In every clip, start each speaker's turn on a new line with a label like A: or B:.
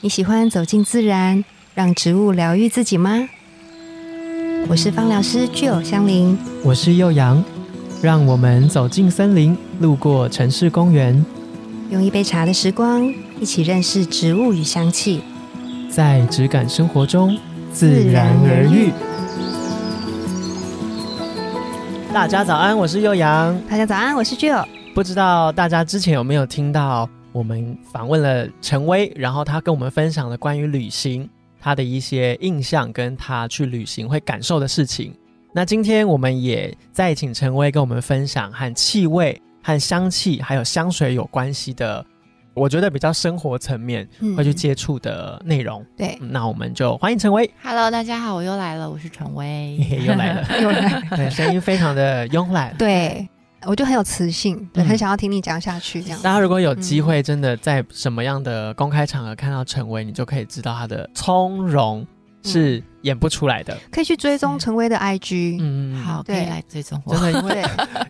A: 你喜欢走进自然，让植物疗愈自己吗？我是芳疗师具有香林，
B: 我是幼阳，让我们走进森林，路过城市公园，
A: 用一杯茶的时光，一起认识植物与香气。
B: 在质感生活中自然而愈。大家早安，我是幼阳。
A: 大家早安，我是具有。
B: 不知道大家之前有没有听到我们访问了陈威，然后他跟我们分享了关于旅行他的一些印象，跟他去旅行会感受的事情。那今天我们也再请陈威跟我们分享和气味、和香气还有香水有关系的，我觉得比较生活层面
A: 嗯
B: 会去接触的内容。
A: 对，
B: 嗯那我们就欢迎陈威，
C: Hello，大家好，我又来了，我是陈薇。
B: 嘿嘿又来了，
A: 又来，
B: 对，声音非常的慵懒。
A: 对我就很有磁性，对，
B: 嗯
A: 很想要听你讲下去，这样。
B: 大家如果有机会真的在什么样的公开场合看到陈薇，你就可以知道她的从容是演不出来的。
A: 可以去追踪
C: 嗯
A: 陈薇的 IG，
B: 嗯，
C: 好，可
A: 对
C: 以来追踪我。
B: 真的，
A: 对，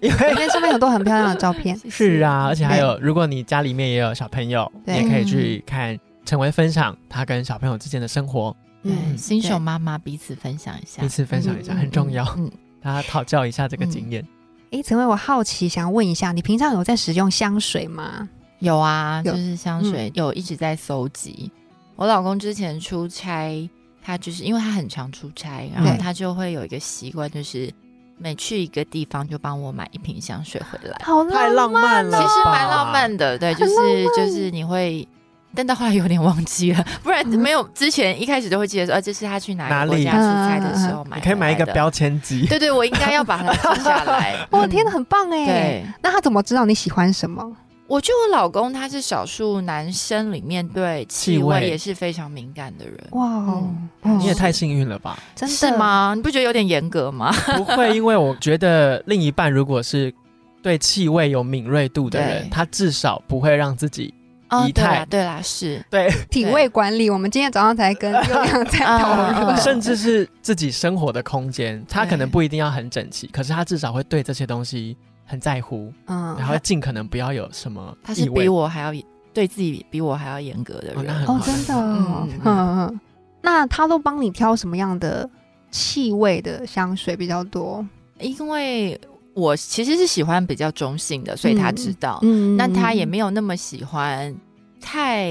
B: 因
A: 因
B: 为
A: 为上面有很多很漂亮的照 片。
B: 是啊，而且还有，如果你家里面也有小朋友，你
A: 对
B: 也可以去看陈薇分享她跟小朋友之间的生活，嗯
C: 对，新手
A: 对
C: 妈妈彼此分享一下
B: 彼。此分享一下，
A: 嗯
B: 很重要。
A: 嗯，
B: 大家讨教一下这个经验。
A: 诶，陈薇，我好奇想问一下，你平常有在使用香水吗？
C: 有啊，
A: 有
C: 就是
B: 嗯
C: 香水有一直在搜集。我老公之前出差，他就是因为他很常出差，然后
A: 对
C: 他就会有一个习惯，就是每去一个地方就帮我买一瓶香水回来。
A: 好
B: 太浪漫
C: 其
B: 了，
C: 实蛮浪。漫的，对，就
A: 很。
C: 是就是你会。但到后来有点忘记了，不然没有之前一开始都会记得说，啊，这是他去哪
B: 哪
C: 个国
B: 里嗯
C: 家出差的时候买。
B: 你可以买一个，标签机，
C: 对对，我应该要把它记下来
A: 我的天哪，很棒哎！
C: 嗯，对，
A: 那他怎么知道你喜欢什么？
C: 我觉得我老公他是少数男生里面对气
B: 气味
C: 味也是非常敏感的人，
A: 哇哦
C: 嗯，
A: 哦
B: 你也太幸运了吧！
A: 真的
C: 是？吗？你不觉得有点严格吗？
B: 不会，因为我觉得另一半如果是对气味有敏锐度的人，
C: 对
B: 他至少不会让自己
C: 哦
B: 仪，
C: 对
B: 态
C: 啦，对啦，是，
B: 对，
A: 体味管理，我们今天早上才跟优良 在讨论
C: 嗯。
B: 甚至是自己生活的空间，他可能不一定要很整齐，可是他至少会对这些东西很在乎，
A: 嗯
B: 然后尽可能不要有什么
C: 他
B: 异
C: 是
B: 味
C: 比。我还要对自己比我还要严格的
B: 哦那
C: 人
B: 很。
A: 哦，真的哦，
C: 嗯
A: 嗯嗯。那他都帮你挑什么样的气味的香水比较多？
C: 因为我其实是喜欢比较中性的，所以他知道。
A: 嗯，
C: 那他也
A: 嗯
C: 没有那么喜欢太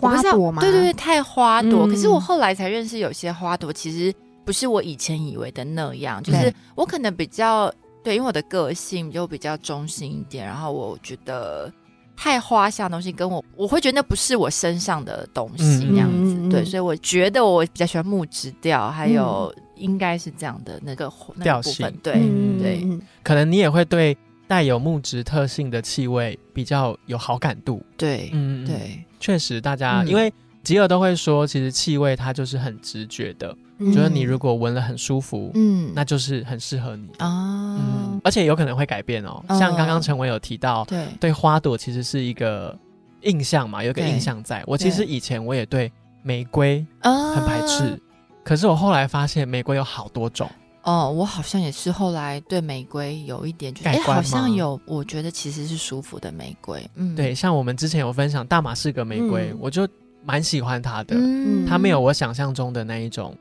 C: 我不
A: 花
C: 知道
A: 朵吗？
C: 对对对，，太花朵。
A: 嗯
C: 可是我后来才认识，有些花朵其实不是我以前以为的那样，就
A: 对
C: 是我可能比较对，因为我的个性就比较中性一点，然后我觉得。太花像的东西跟我，我会觉得那不是我身上的东西
B: 嗯
C: 那样子，
A: 嗯嗯嗯
C: 对，所以我觉得我比较喜欢木质调，还有应该是这样的那个那
B: 调
C: 个部
B: 性
C: 分，对，
A: 嗯
C: 对
A: 嗯
B: 可能你也会对带有木质特性的气味比较有好感度。
C: 对，
B: 嗯，嗯，
C: 对，
B: 确实，大家、
C: 嗯
B: 因为吉尔都会说，其实气味它就是很直觉的，
A: 嗯
B: 就是你如果闻了很舒服，
C: 嗯
B: 那就是很适合你。
C: 啊，
B: 嗯，而且有可能会改变哦。
C: 嗯
B: 像刚刚陈伟有提到，
C: 对，
B: 对花朵其实是一个印象嘛，有一个
C: 对
B: 印象在。我其实
C: 对
B: 以前我也对玫瑰
C: 啊
B: 很排斥，可是我后来发现玫瑰有好多种，
C: 哦，我好像也是后来对玫瑰有一点就是，
B: 改
C: 哎，
B: 观吗
C: 好像有，我觉得其实是舒服的玫瑰，嗯，
B: 对，，像我们之前有分享大马士革玫瑰，
A: 嗯
B: 我就蛮喜欢它的，
C: 嗯
B: 它没有我想象中的那一种，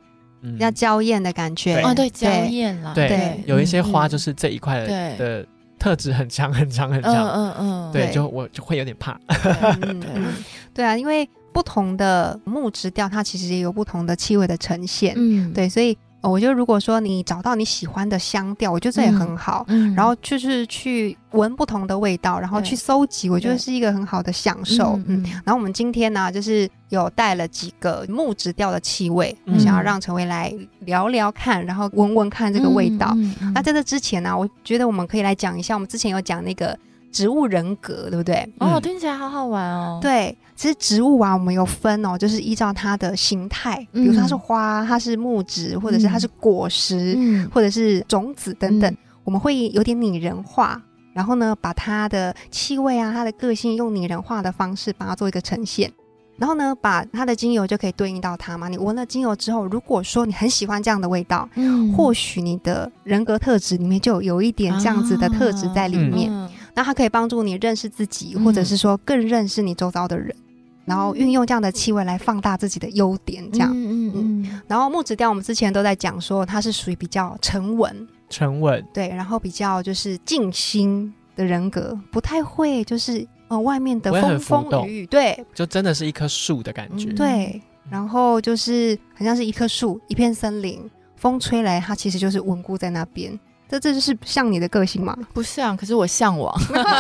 B: 嗯
A: 比较娇艳的感觉。
B: 对
C: 哦，对，娇艳啦，
B: 对
A: 对
B: 有一些花
A: 嗯
B: 就是这一块的
C: 对
B: 的特质很强很强很
C: 嗯嗯
B: 强，
C: 嗯嗯，
B: 对，
A: 对
B: 就我就会有点怕，
A: 嗯
C: 对
A: 嗯对啊，因为不同的木质调，它其实也有不同的气味的呈现。
C: 嗯，
A: 对，所以、呃我觉得如果说你找到你喜欢的香调，我觉得这也很好。
C: 嗯，
A: 然后就是去闻不同的味道，然后
C: 对
A: 去搜集，我觉得
C: 对
A: 是一个很好的享受。嗯，然后我们今天呢，就是有带了几个木质调的气味，
B: 嗯
A: 想要让陈薇来聊聊看，然后闻闻看这个味道。，
C: 嗯嗯
A: 那在这之前呢、我觉得我们可以来讲一下，我们之前有讲那个植物人格，对不对？
C: 哦，
B: 嗯
C: 听起来好好玩哦，，
A: 对，其实植物啊，我们有分哦，就是依照它的形态，比如说它
C: 嗯
A: 是花，它是木质，或者是它是果实，
C: 嗯，
A: 或者是种子等等，
C: 嗯
A: 我们会有点拟人化，然后呢，把它的气味啊、它的个性用拟人化的方式把它做一个呈现。然后呢，把它的精油就可以对应到它嘛。你闻了精油之后，如果说你很喜欢这样的味道，
C: 嗯
A: 或许你的人格特质里面就有一点这样子的特质在里
B: 啊嗯
A: 面。，那它可以帮助你认识自己，或者
C: 嗯
A: 是说更认识你周遭的人。然后运用这样的气味来放大自己的优点，这样。
C: 嗯嗯
A: 然后木质调，我们之前都在讲说它是属于比较沉稳，
B: 沉稳，
A: 对，然后比较就是静心的人格，不太会就是呃外面的
B: 不会很
A: 风
B: 浮
A: 风
B: 动
A: 雨雨，对
B: 就真的是一棵树的感觉。
C: 嗯
A: 对，然后就是很像是一棵树，一片森林，风吹来，它其实就是稳固在那边。这这就是像你的个性嘛？
C: 嗯，不像，可是我向往，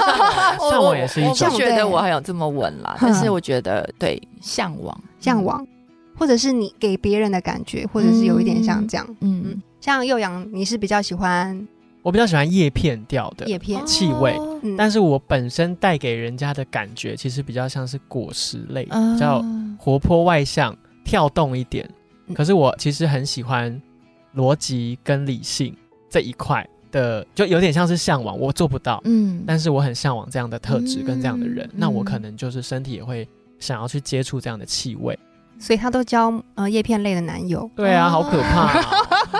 B: 向往也是一
C: 我
B: 种
C: 不觉得我很有这么稳啦，
A: 嗯
C: 但是我觉得对向往，
A: 向往，或者是你给别人的感觉，或者是有一点像这样。
C: 嗯，
A: 嗯像幼阳，你是比较喜欢
B: 我比较喜欢叶片调的，
A: 叶片，
B: 气味
C: 哦
A: 嗯，
B: 但是我本身带给人家的感觉，其实比较像是果实类，比较
C: 嗯
B: 活泼外向、跳动一点。
C: 嗯
B: 可是我其实很喜欢逻辑跟理性这一块的，就有点像是向往，我做不到，
C: 嗯
B: 但是我很向往这样的特质跟这样的人。
C: 嗯
B: 那我
C: 嗯
B: 可能就是身体也会想要去接触这样的气味。
C: 啊
A: 所以他都交呃叶片类的男友。
B: 对啊，好可怕、啊！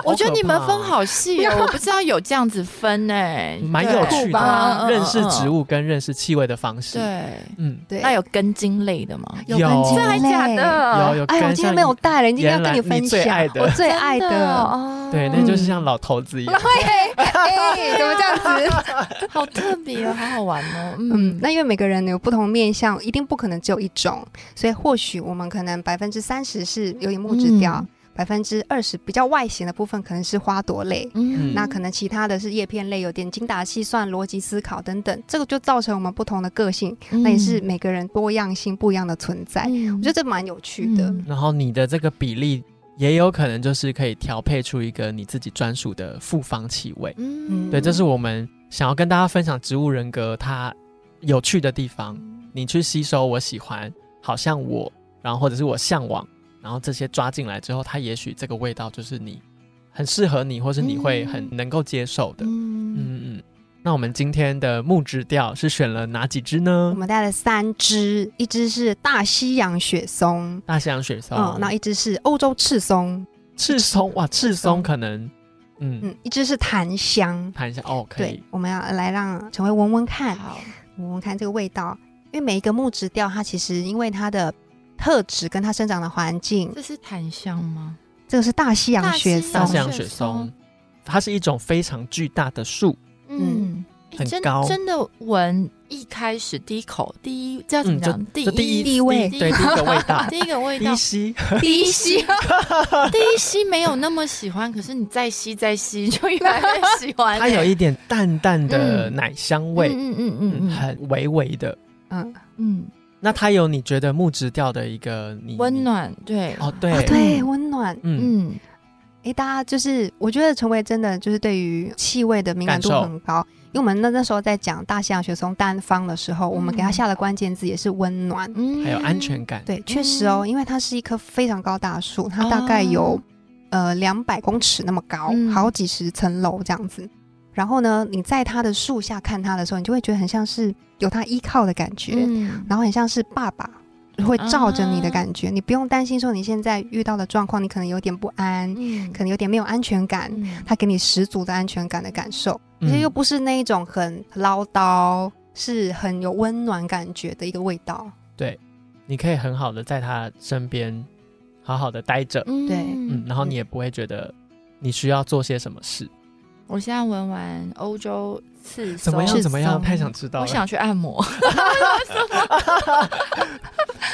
C: 我觉得你们分
B: 好
C: 好 细哦，我不知道有这样子分哎，
B: 可怕，蛮有
C: 对
B: 趣
A: 酷吧
B: 的，认识植。
C: 嗯嗯嗯
B: 物跟认识气味的方式。
C: 对，
B: 嗯，
A: 对，
C: 那有根茎类的吗？
A: 有
B: 有
A: 根茎
C: 真的还
A: 类
C: 假？的？
B: 有有
A: 哎，
B: 跟
A: 我今天
B: 上
A: 没有带了，今天要跟
B: 原来
A: 分
B: 你
A: 享
B: 最爱的
A: 我最爱
C: 真的
A: 的。
C: 哦，
B: 对，那就是像老头子 一样。
A: 哎哎，怎么这样子？
C: 好特别哦，好好玩哦。
A: 嗯
C: 嗯，，
A: 那因为每个人有不同面相，一定不可能只有一种，所以或许我们可能百分之三十是有点木质调，
C: 嗯
A: 百分之二十比较外显的部分可能是花朵类，
C: 嗯，嗯
A: 那可能其他的是叶片类，有点精打细算、逻辑思考等等，这个就造成我们不同的个性，那也是每个人多样性不一样的存在。
C: 嗯，
A: 我
C: 我
A: 觉得这蛮有趣的。
C: 嗯
B: 然后你的这个比例也有可能就是可以调配出一个你自己专属的复方气味。
A: 嗯
C: 嗯，
B: 对，这是我们想要跟大家分享植物人格它有趣的地方。你去吸收我喜欢，好像我，然后或者是我向往，然后这些抓进来之后，它也许这个味道就是你很适合你，或是你会很能够接受的。嗯
C: 嗯，
B: 嗯嗯。那我们今天的木质调是选了哪几支
A: 我
B: 呢？
A: 们带了三只，一只是大西洋雪松，
B: 大西洋雪松，
A: 嗯，那一只是欧洲赤松，
B: 赤松，哇，赤松
A: 松
B: 可能，嗯，
A: 嗯，一只是檀香。
B: 谈一下哦，可以
A: 对，，我们要来让陈薇闻闻
B: 嗯
A: 看，
C: 好，
A: 闻闻看这个味道，因为每一个木质调，它其实因为它的特质跟它生长的环境，
C: 这是檀香吗？
A: 这个是大西洋
C: 大西
A: 雪
C: 洋
A: 松
B: 大西洋
C: 雪
B: 雪
C: 松
B: 松，它是一种非常巨大的树，
A: 嗯
C: 嗯，
B: 很
C: 诶真
B: 高
C: 真的闻一开始第一口，第一叫怎么
B: 嗯，就
C: 讲？
B: 就第
C: 一，
B: 一
A: 第一味
B: 对第一个味道
C: 第一个味
B: 第
C: 道
B: 一，吸，
C: 第一吸，第一吸没有那么喜欢，可是你再吸再吸就越来越喜欢。
B: 它有一点淡淡的
C: 嗯
B: 奶香
C: 味，
B: 味，
C: 嗯嗯
B: 嗯，
C: 嗯嗯
B: 很微微的。
A: 嗯，
C: 嗯
B: 那它有你觉得木质调的一个你
C: 嗯，温暖，对，
B: 哦，
A: 啊
B: 对，
A: 对，温暖。
B: 嗯，
C: 嗯
A: 诶，大家就是，我觉得陈薇真的就是对于气味的敏感度
B: 感受
A: 很高，因为我们那那时候在讲大西洋雪松单方的时候，我们给它
C: 嗯
A: 下的关键字也是温暖。
C: 嗯，
B: 还有安全感，
A: 对，确实哦，
C: 嗯
A: 因为它是一棵非常高大的树，它大概有、
C: 哦
A: 呃两百公尺那么高，
C: 嗯
A: 好几十层楼这样子。然后呢，你在它的树下看它的时候，你就会觉得很像是有它依靠的感觉，
C: 嗯，啊
A: 然后很像是爸爸会罩着你的感觉。你不用担心说你现在遇到的状况，你可能有点不安，
C: 嗯
A: 可能有点没有安全感。
C: 嗯
A: 它给你十足的安全感的感受，而
B: 嗯，
A: 且又不是那一种很唠叨，是很有温暖感觉的一个味道。
B: 你可以很好的在它身边好好的待着，
C: 嗯
A: 对
B: 嗯，然后你也不会觉得你需要做些什么事，
C: 我现在闻完欧洲刺
B: 怎么样
A: 赤
B: 怎么样，
A: 松
B: 太想知道
C: 我
B: 了。
C: 想去按摩，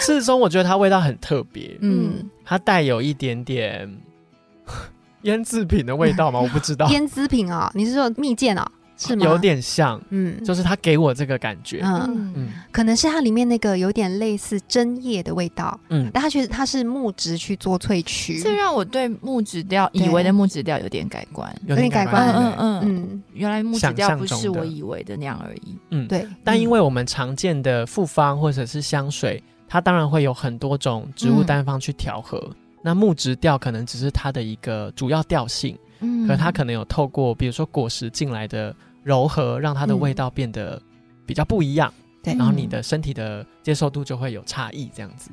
B: 赤松我觉得它味道很特别，
A: 嗯，
B: 它带有一点点 腌制品的味道吗？我不知道，
A: 嗯腌制品啊、你是说蜜饯啊、是吗？
B: 有，点像，
A: 嗯，
B: 就是它给我这个感觉。
A: 嗯，
C: 嗯
B: 嗯
A: 可能是它里面那个有点类似针叶的味道，
B: 嗯，
A: 但它确实它是木质去做萃取，
C: 这让我对木质调以为的木质调有点改观。
B: 有
A: 点改观
B: 嗯
C: 嗯
B: 嗯
C: 嗯嗯，
A: 嗯，
C: 原来木质
B: 想
C: 调
B: 象
C: 不
B: 中
C: 是
B: 的
C: 我以为的那样而已。
B: 嗯，。
A: 对，
B: 但因为我们常见的复方或者是香水，它当然会有很多种植
A: 嗯
B: 物单方去调和。那木质调可能只是它的一个主要调性，
C: 嗯
B: 可它可能有透过比如说果实进来的柔和，让
A: 嗯
B: 它的味道变得比较不一样，
A: 对
B: 然后你的身体的接受度就会有差异，这样子。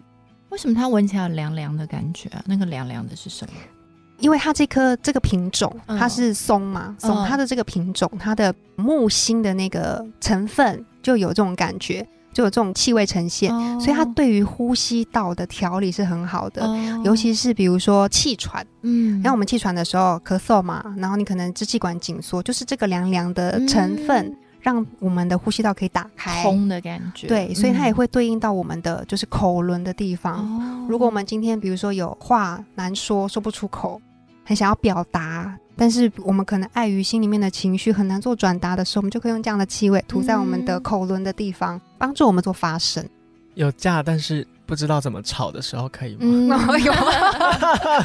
C: 为什么它闻起来有凉凉的感觉啊？那个凉凉的是什么？
A: 嗯因为它这颗这个品种
C: 嗯
A: 它是松嘛，松、
C: 嗯
A: 它的这个品种它的木心的那个成分就有这种感觉，就有这种气味呈现，
C: 哦
A: 所以它对于呼吸道的调理是很好的。
C: 哦
A: 尤其是比如说气喘，
C: 嗯
A: 然后我们气喘的时候咳嗽嘛，然后你可能支气管紧缩，就是这个凉凉的成分，让我们的呼吸道可以打开。
C: 通嗯的感觉，
A: 对，所以它也
C: 嗯
A: 会对应到我们的就是口轮的地方。
C: 哦
A: 如果我们今天比如说有话难说，说不出口，很想要表达，但是我们可能碍于心里面的情绪很难做转达的时候，我们就可以用这样的气味涂在我们的
C: 嗯
A: 口轮的地方，帮助我们做发声。
B: 有架，但是不知道怎么吵的时候可以吗？
A: 嗯， 有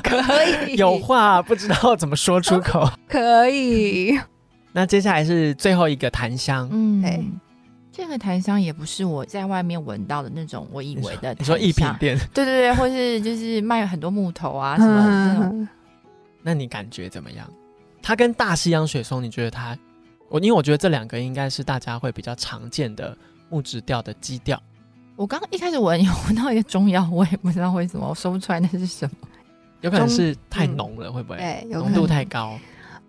A: 可以，
B: 有话不知道怎么说出口。
A: 嗯可以，
B: 那接下来是最后一个檀香，
C: 嗯
A: 对
C: 这个檀香也不是我在外面闻到的那种我以为的
B: 你说
C: 檀
B: 一品
C: 香
B: 店，
C: 对对对，或是就是卖很多木头啊什
A: 嗯
C: 么那种，
B: 那你感觉怎么样？它跟大西洋雪松，你觉得它？我因为我觉得这两个应该是大家会比较常见的木质调的基调。
C: 我刚一开始闻有闻到一个中药味，不知道为什么我说不出来那是什么。
B: 有可能
A: 中
B: 是太
A: 嗯
B: 浓了，会不会？
A: 对，有可
B: 浓
A: 能
B: 度。太高，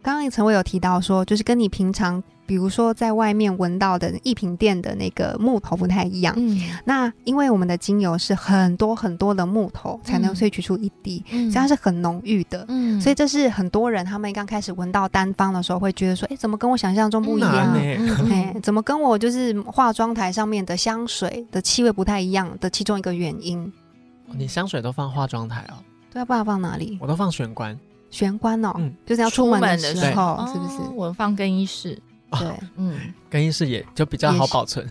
A: 刚刚陈伟有提到说，就是跟你平常比如说在外面闻到的一品店的那个木头不太一样。
C: 嗯，
A: 那因为我们的精油是很多很多的木头才能
C: 嗯
A: 萃取出一滴，
C: 嗯
A: 所以它是很浓郁的。
C: 嗯
A: 所以这是很多人他们刚开始闻到单方的时候，会觉得说，哎，怎么跟我想象中不一
B: 难欸
A: 样？
B: 呢
A: 哎、怎么跟我就是化妆台上面的香水的气味不太一样的其中一个原因？
B: 你香水都放化妆台哦，
A: 对啊，不知道放哪里？
B: 我都放玄关。
A: 玄关哦，
B: 嗯
A: 就是要出门的时
B: 时
A: 候，是不是？
C: 哦我放更衣室，
B: 哦
A: 对，
C: 嗯，
B: 更衣室也就比较
A: 也
B: 好
A: 是
B: 保存。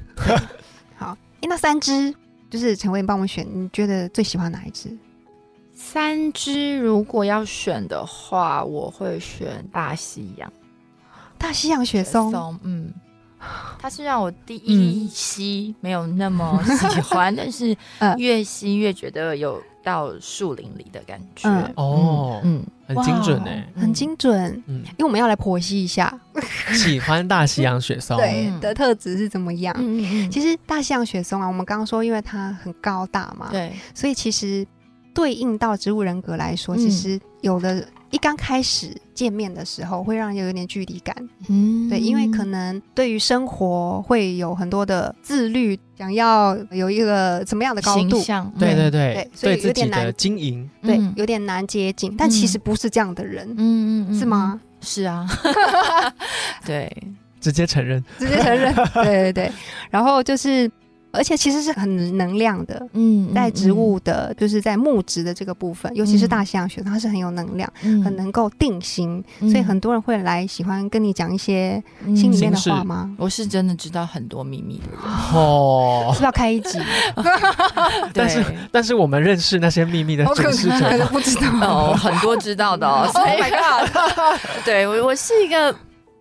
A: 好，哎，那三支就是陈伟，你帮我们选，你觉得最喜欢哪一支？
C: 三支如果要选的话，我会选大西洋
A: 大西洋雪松，
C: 嗯， 它是让我第一吸没有那么喜欢，但是
A: 嗯
C: 越吸越觉得有到树林里的感觉。
A: 嗯
B: 哦
C: 嗯，
B: 很精准欸呢、
A: 哇很精准。
B: 嗯，
A: 因为我们要来剖析一下，
B: 喜欢大西洋雪松，
A: 对
C: 嗯
A: 的特质是怎么样。
C: 嗯嗯嗯
A: 其实大西洋雪松啊，我们刚刚说，因为它很高大嘛，
C: 对，
A: 所以其实对应到植物人格来说，
C: 嗯
A: 其实有的一刚开始见面的时候，会让人有一点距离感。
C: 嗯
A: 对，因为可能对于生活会有很多的自律，想要有一个怎么样的高
C: 形
A: 度，
C: 象，
B: 对对
A: 对
B: 对，
A: 所以有
B: 自己
A: 点
B: 的
A: 难
B: 经营，
A: 对
C: 嗯，
A: 有点难接近。但其实不是这样的人，
C: 嗯
A: 是？吗？
C: 是啊，对，
B: 直接承认。
A: 直接承认， 对对对。然后就是，而且其实是很能量的。
C: 嗯
A: 在植，物的，就是在木质的这个部分，尤其是大西洋雪松，它是很有能量，
C: 嗯
A: 很，能够定型，
C: 嗯
A: 所以很多人会来喜欢跟你讲一些
C: 嗯
A: 心里面的
B: 心事
A: 话吗？
C: 我是真的知道很多秘密的人，
A: 是不
B: 哦，
A: 是要开一集？
B: 但是
C: 对
B: 但是我们认识那些秘密的主事
A: 可能
B: 者，
A: 不知道。
C: 哦，很多知道的 哦，所
B: Oh
C: 以 god！对 我，我是一个，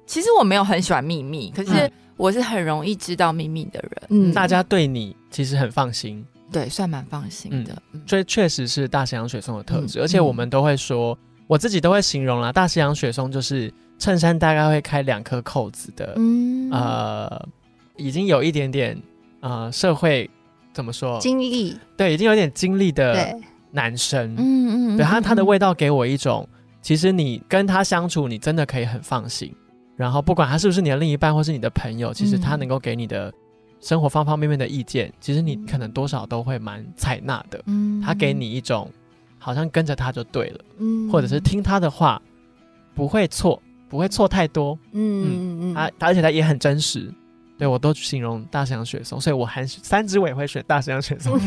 C: 其实我没有很喜欢秘密，可是
B: 嗯
C: 我是很容易知道秘密的人，
A: 嗯
B: 大家对你其实很放心，
C: 对，算蛮放心的，嗯
B: 所以确实是大西洋雪松的特质，
C: 嗯
B: 而且我们都会说，我自己都会形容啦，大西洋雪松就是衬衫大概会开两颗扣子的，
C: 嗯，
B: 呃，已经有一点点呃社会怎么说？
A: 精益，
B: 对，已经有点经历的
A: 对，
B: 男生，
C: 嗯嗯
B: 对它它的味道给我一种，其实你跟他相处，你真的可以很放心。然后不管他是不是你的另一半或是你的朋友，其实他
C: 嗯
B: 能够给你的生活方方面面的意见，其实你可能多少都会蛮采纳的。
C: 嗯
B: 他给，你一种好像跟着他就对了，
C: 嗯
B: 或者 是听他的话不会错，不会错太多。
A: 嗯嗯
B: 啊
A: 嗯，，
B: 而且他也很真实。对我都形容大西洋雪松，所以我还是三只我也会选大西洋雪松。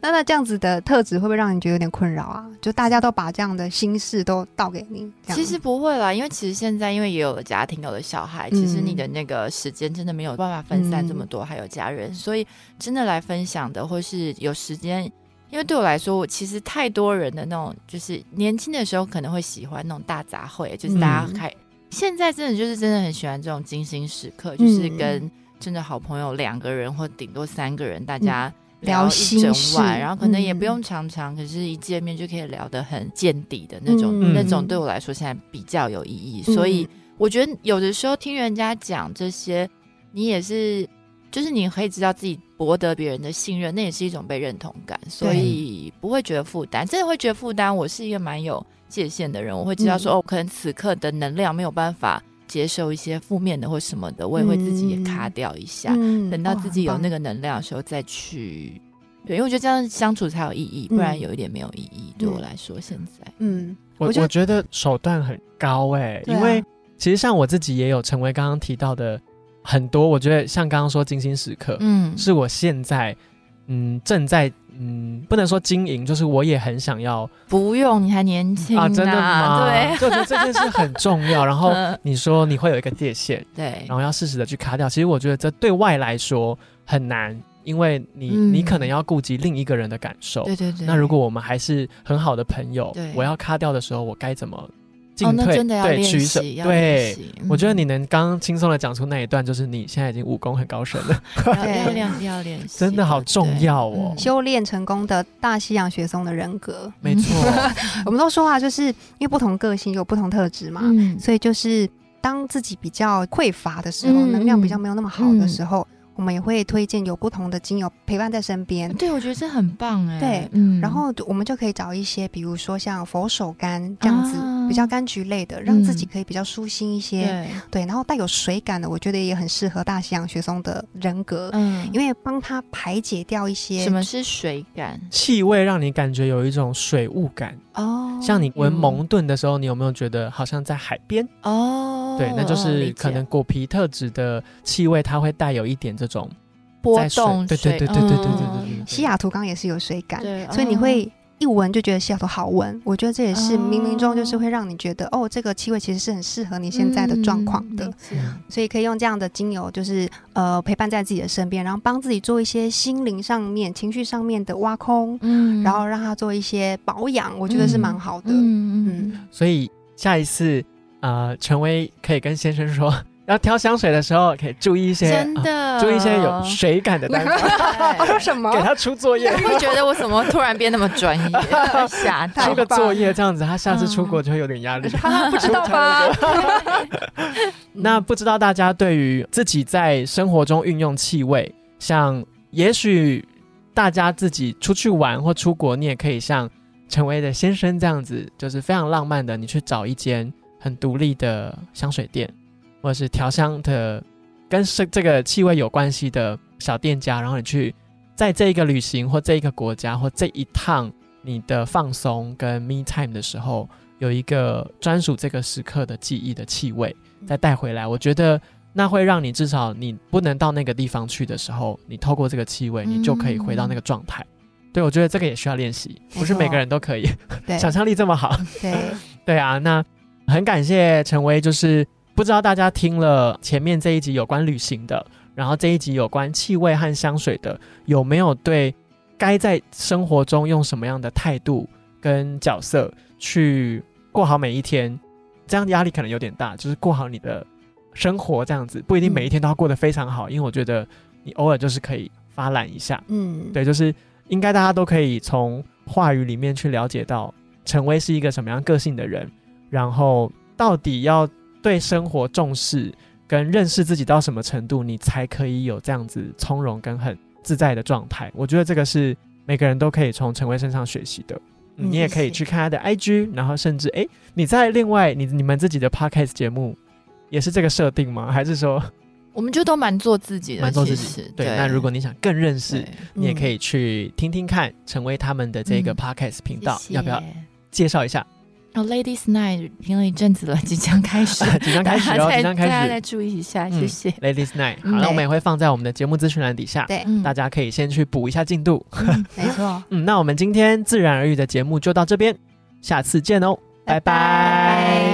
A: 那那这样子的特质会不会让你觉得有点困扰啊？就大家都把这样的心事都倒给你，这样
C: 其实不会啦，因为其实现在因为也有了家庭，有了小孩，其实
A: 嗯
C: 你的那个时间真的没有办法分散这么多，还有家人，
A: 嗯
C: 所以真的来分享的，或是有时间，因为对我来说，我其实太多人的那种，就是年轻的时候可能会喜欢那种大杂烩，就是大家
A: 嗯
C: 开，现在真的就是真的很喜欢这种精心时刻，就是
A: 嗯
C: 跟真的好朋友两个人或顶多三个人，大家。
A: 嗯聊
C: 聊一
A: 心
C: 整
A: 事
C: 晚，然后可能也不
A: 嗯
C: 用常常，可是一见面就可以聊得很见底的那种、
A: 嗯
C: 那种，对我来说现在比较有意义。所以我觉得有的时候听人家讲这些，你也是，就是你可以知道自己博得别人的信任，那也是一种被认同感，所以不会觉得负担。真的会
A: 嗯
C: 觉得负担，我是一个蛮有界限的人，我会知道说、哦，可能此刻的能量没有办法。接受一些负面的或什么的，我也会自己也卡掉一下，
A: 嗯
C: 等到自己有那
A: 个，
C: 个能量的时候再去。对，因为我觉得这样相处才有意义，不然
A: 嗯
C: 有一点没有意义。对我来说，现在
A: 嗯
B: 我
A: 我觉得
B: 我觉得手段很高哎、
A: 对啊
B: 因为其实像我自己也有成为刚刚提到的很多，我觉得像刚刚说精心时刻，
C: 嗯
B: 是我现在嗯正在嗯不能说经营，就是我也很想要
C: 不用，你还年轻
B: 啊，真的吗？
C: 对，
B: 就我觉得这件事很重要。然后
C: 嗯
B: 你说你会有一个界限，
C: 对
B: 然后要适时的去卡掉。其实我觉得这对外来说很难，因为你、你
C: 嗯
B: 可能要顾及另一个人的感受。
C: 对对对。
B: 那如果我们还是很好的朋友
C: 对，
B: 我要卡掉的时候，我该怎么进
C: 哦，那
B: 退？
C: 真的要
B: 对，
C: 练
B: 取舍。
C: 习，要练
B: 对，
C: 习。
B: 我觉得
C: 嗯
B: 你能刚刚轻松的讲出那一段，就是你现在已经武功很高深了，
C: 要
A: 对
C: 要练要练习，
B: 真的好重要
C: 对
B: 哦
C: 嗯。
A: 修炼成功的大西洋雪松的人格。
B: 没错，
A: 我们都说啊，就是因为不同个性有不同特质
B: 啊
A: 嘛，
C: 嗯，
A: 所以就是当自己比较匮乏的时候，
C: 嗯
A: 能量比较没有那么好的时候，我们也会推荐有不同的精油陪伴在身边。
C: 呃对我觉得这很棒哎。
A: 对，
C: 嗯
A: 然后我们就可以找一些，比如说像佛手柑这样子，
C: 啊
A: 比较柑橘类的，让自己
C: 嗯
A: 可以比较舒心一些。
C: 对，
A: 对，然后带有水感的，我觉得也很适合大西洋雪松的人格，
C: 嗯
A: 呃因为帮他排解掉一些
C: 什么是水感？
B: 气味让你感觉有一种水雾感，
C: 哦
B: 像你闻
C: 嗯
B: 蒙顿的时候，你有没有觉得好像在海边？
C: 哦，
B: 对，那就
C: 哦
B: 是
C: 理
B: 可
C: 解
B: 能果皮特质的气味，它会带有一点这种
C: 波
B: 在水
C: 动
B: 对
C: 水，
B: 对对对对对对对
C: 嗯
B: 对对对。
A: 西雅图刚也是有水感，
C: 对
A: 所以你
C: 哦
A: 会一闻就觉得西雅图好闻。我觉得这也是冥冥中就是会让你觉得，哦，这个气味其实是很适合你现在的状况的，
C: 嗯嗯理解
A: 所以可以用这样的精油，就是呃陪伴在自己的身边，然后帮自己做一些心灵上面、情绪上面的挖空，
C: 嗯
A: 然后让它做一些保养，我觉得是蛮好的。
C: 嗯嗯，
B: 所以下一次，呃，陈威可以跟先生说， 要挑香水的时候可以注意一些，
C: 真
B: 啊
C: 的
B: 注意一些有水感的单 品，
A: 我 说什么
B: 给？他出作业，
C: 你会觉得我怎么突然变那么 专业？吓到
B: 出个
A: 棒
B: 作业这样子，他下次出国就会有点 压力。
C: 嗯
A: 他不知道吧？
B: 那不知道大家对于自己在生活中运用气味，像也许大家自己出去玩或出国，你也可以像陈威的先生这样子，就是非常浪漫的，你去找一间很独立的香水店，或者是调香的跟是这个气味有关系的小店家，然后你去在这一个旅行或这一个国家或这一趟你的放松跟 me time 的时候，有一个专属这个时刻的记忆的气味
A: 嗯
B: 再带回来，我觉得那会让你至少你不能到那个地方去的时候，你透过这个气味，你就可以回到那个状态。对，我觉得这个也需要练习，
A: 嗯没
B: 不是每
A: 错
B: 个人都可以，
A: 对
B: 想象力这么好。
A: 对，
B: 对啊，那很感谢陈威，就是不知道大家听了前面这一集有关旅行的，然后这一集有关气味和香水的，有没有对该在生活中用什么样的态度跟角色去过好每一天？这样压力可能有点大，就是过好你的生活这样子，不一定每一天都要过得非常好，因为我觉得你偶尔就是可以发懒一下。
A: 嗯，
B: 对，就是应该大家都可以从话语里面去了解到陈威是一个什么样个性的人，然后到底要对生活重视跟认识自己到什么程度，你才可以有这样子从容跟很自在的状态。我觉得这个是每个人都可以从陈威身上学习的。嗯
A: 嗯
B: 你也可以去看他的 IG，然后甚至诶，你在另外你你们自己的 podcast 节目也是这个设定吗？还是说
C: 我们就都蛮做自己的，
B: 蛮做自
C: 其实
B: 己？对，那如果你想更认识
C: 对
B: 你也可以去听听看，成为他们的这个
C: 嗯
B: podcast 频道，
C: 谢谢
B: 要不要介绍一下？
C: 哦，Ladies Night 停了一阵子了，即将开始，
B: 即将 开始
C: 大
B: 哦，
C: 家
B: 即将
C: 再大家
B: 开
C: 再
B: 始。
C: 注意一下，
B: 嗯
C: 谢谢。
B: Ladies Night，
C: 嗯
B: 好，那
A: 对
B: 我们也会放在我们的节目资讯栏底下，
A: 对，
C: 嗯
B: 大家可以先去补一下进度。嗯
A: 没错。
B: 嗯，那我们今天自然而愈的节目就到这边，下次见哦，拜
A: 拜拜